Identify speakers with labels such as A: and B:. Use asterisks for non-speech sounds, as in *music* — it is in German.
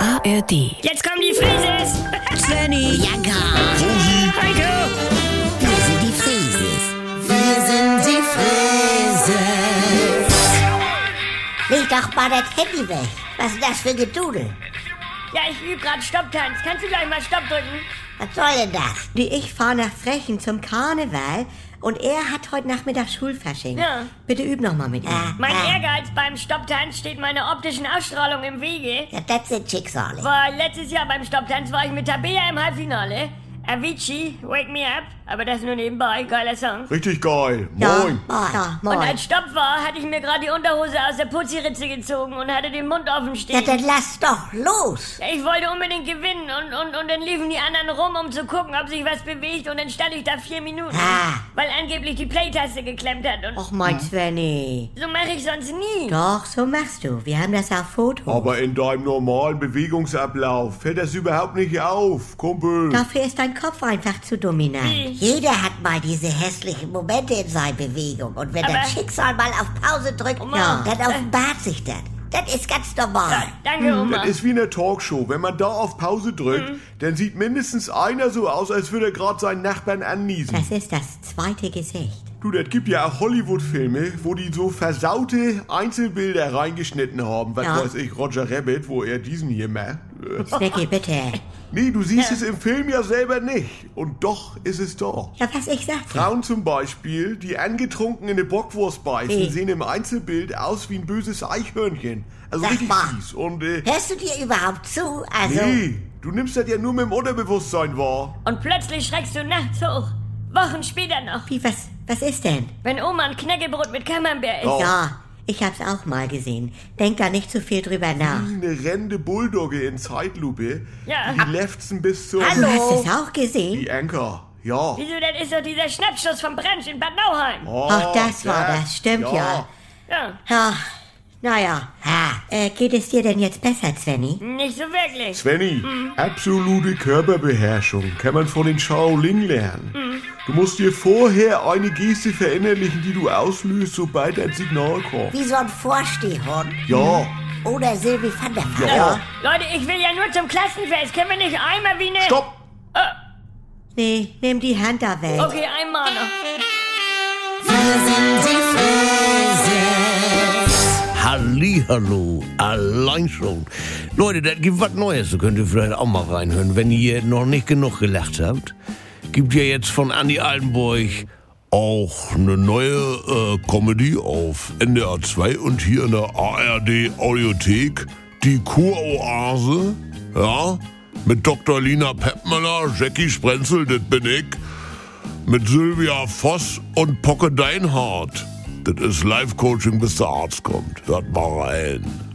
A: ARD.
B: Jetzt kommen die Frises! *laughs*
C: Svenny,
D: Jagger,
B: Heiko!
D: wir sind die Frieses. Wir sind die Frieses. Leg doch mal das Handy weg. Was ist das für Gedudel?
B: Ja, ich übe gerade Stopptanz. Kannst du gleich mal Stopp drücken?
D: Was soll denn das?
C: die ich fahre nach Frechen zum Karneval und er hat heute Nachmittag Schulfasching.
B: Ja.
C: Bitte üb noch mal mit
D: Ah,
C: ihm.
B: Mein Ehrgeiz beim Stopptanz steht meiner optischen Ausstrahlung im Wege.
D: Ja, das sind Schicksale.
B: Weil letztes Jahr beim Stopptanz war ich mit Tabea im Halbfinale. Avicii, Wake Me Up, aber das nur nebenbei, geiler Song.
E: Richtig geil.
C: Ja,
E: Moin.
C: ja,
D: Moin.
C: moin.
B: Und als Stopp war, hatte ich mir gerade die Unterhose aus der Putziritze gezogen und hatte den Mund offen
D: Ja,
B: stehen.
D: dann lass doch los.
B: Ja, Ich wollte unbedingt gewinnen und, und, und dann liefen die anderen rum, um zu gucken, ob sich was bewegt und dann stand ich da vier Minuten,
D: Ah.
B: weil angeblich die Playtaste geklemmt hat
E: Oh.
B: und
C: Och mein Svenny.
B: so mache ich sonst nie.
C: Doch, so machst du. Wir haben das auf Foto.
E: Aber in deinem normalen Bewegungsablauf fällt das überhaupt nicht auf,
D: Hm.
E: Kumpel.
C: Dafür ist dein Kopf einfach zu dominant.
D: Jeder hat mal diese hässlichen Momente in seiner Bewegung. Und wenn
B: Aber-
D: das Schicksal mal auf Pause drückt,
B: Mann.
D: dann offenbart sich das. Das ist ganz normal.
B: Danke, Oma.
E: Das Hm, ist wie in der Talkshow. Wenn man da auf Pause drückt,
C: Mhm.
E: dann sieht mindestens einer so aus, als würde er gerade seinen Nachbarn anniesen.
C: Das ist das zweite Gesicht.
E: Du, das gibt ja auch Hollywood-Filme, wo die so versaute Einzelbilder reingeschnitten haben. Was
C: Ja.
E: weiß ich, Roger Rabbit, wo er diesen hier macht. Äh,
D: Oh.
C: Snacky, bitte.
E: Nee, du siehst es im Film ja selber nicht. Und doch ist es da.
C: Ja, was ich sagte.
E: Frauen zum Beispiel, die angetrunken in eine Bockwurst beißen,
C: Wie?
E: sehen im Einzelbild aus wie ein böses Eichhörnchen. Also
D: Sag
E: richtig
D: mal.
E: fies. Und äh,
D: Hörst du dir überhaupt zu? Also,
E: nee, du nimmst das ja nur mit dem Unterbewusstsein wahr.
B: Und plötzlich schreckst du nachts hoch. Wochen später noch,
C: Wie, was, was ist denn?
B: wenn Oma ein Knäckebrot mit Camembert isst.
E: Oh.
C: Ja, ich hab's auch mal gesehen. Denk da nicht zu viel drüber nach.
D: Hm.
E: Wie eine rennende Bulldogge in Zeitlupe.
B: Ja.
E: Die lefzen bis zur...
C: Du
D: Hallo.
C: hast es auch gesehen?
E: Die Anker. Ja.
B: Wieso, das ist doch dieser Schnappschuss vom Bremsch in Bad Nauheim.
E: Oh,
C: Ach, das war das. Stimmt ja.
B: Ja,
C: Ja, naja.
D: ha,
C: Äh, geht es dir denn jetzt besser, Svenny?
B: nicht so wirklich.
E: Svenny, absolute Körperbeherrschung kann man von den Shaolin lernen. Du musst dir vorher eine Geste verinnerlichen, die du auslöst, sobald ein Signal kommt.
D: wie so ein Vorstehhund.
E: Ja,
D: Oder Silvi van der
C: 哎
D: Vaart.
E: ja.
B: Leute, ich will ja nur zum Klassenfest. Können wir nicht einmal wie eine...
E: Stopp!
C: Nee, nimm die Hand da weg.
B: Okay, einmal noch.
F: Hallihallo, allein schon. Leute, das gibt was Neues, da könnt ihr vielleicht auch mal reinhören, wenn ihr noch nicht genug gelacht habt. Gibt ja jetzt von Andy Altenburg auch eine neue äh, Comedy auf NDR 2 und hier in der ARD Audiothek, die Kuroase, ja, mit Dr. Lina Peppmüller, Jackie Sprenzel, das bin ich mit Sylvia Voss und Pocke Deinhardt. Das ist Life-Coaching, bis der Arzt kommt. Hört mal rein.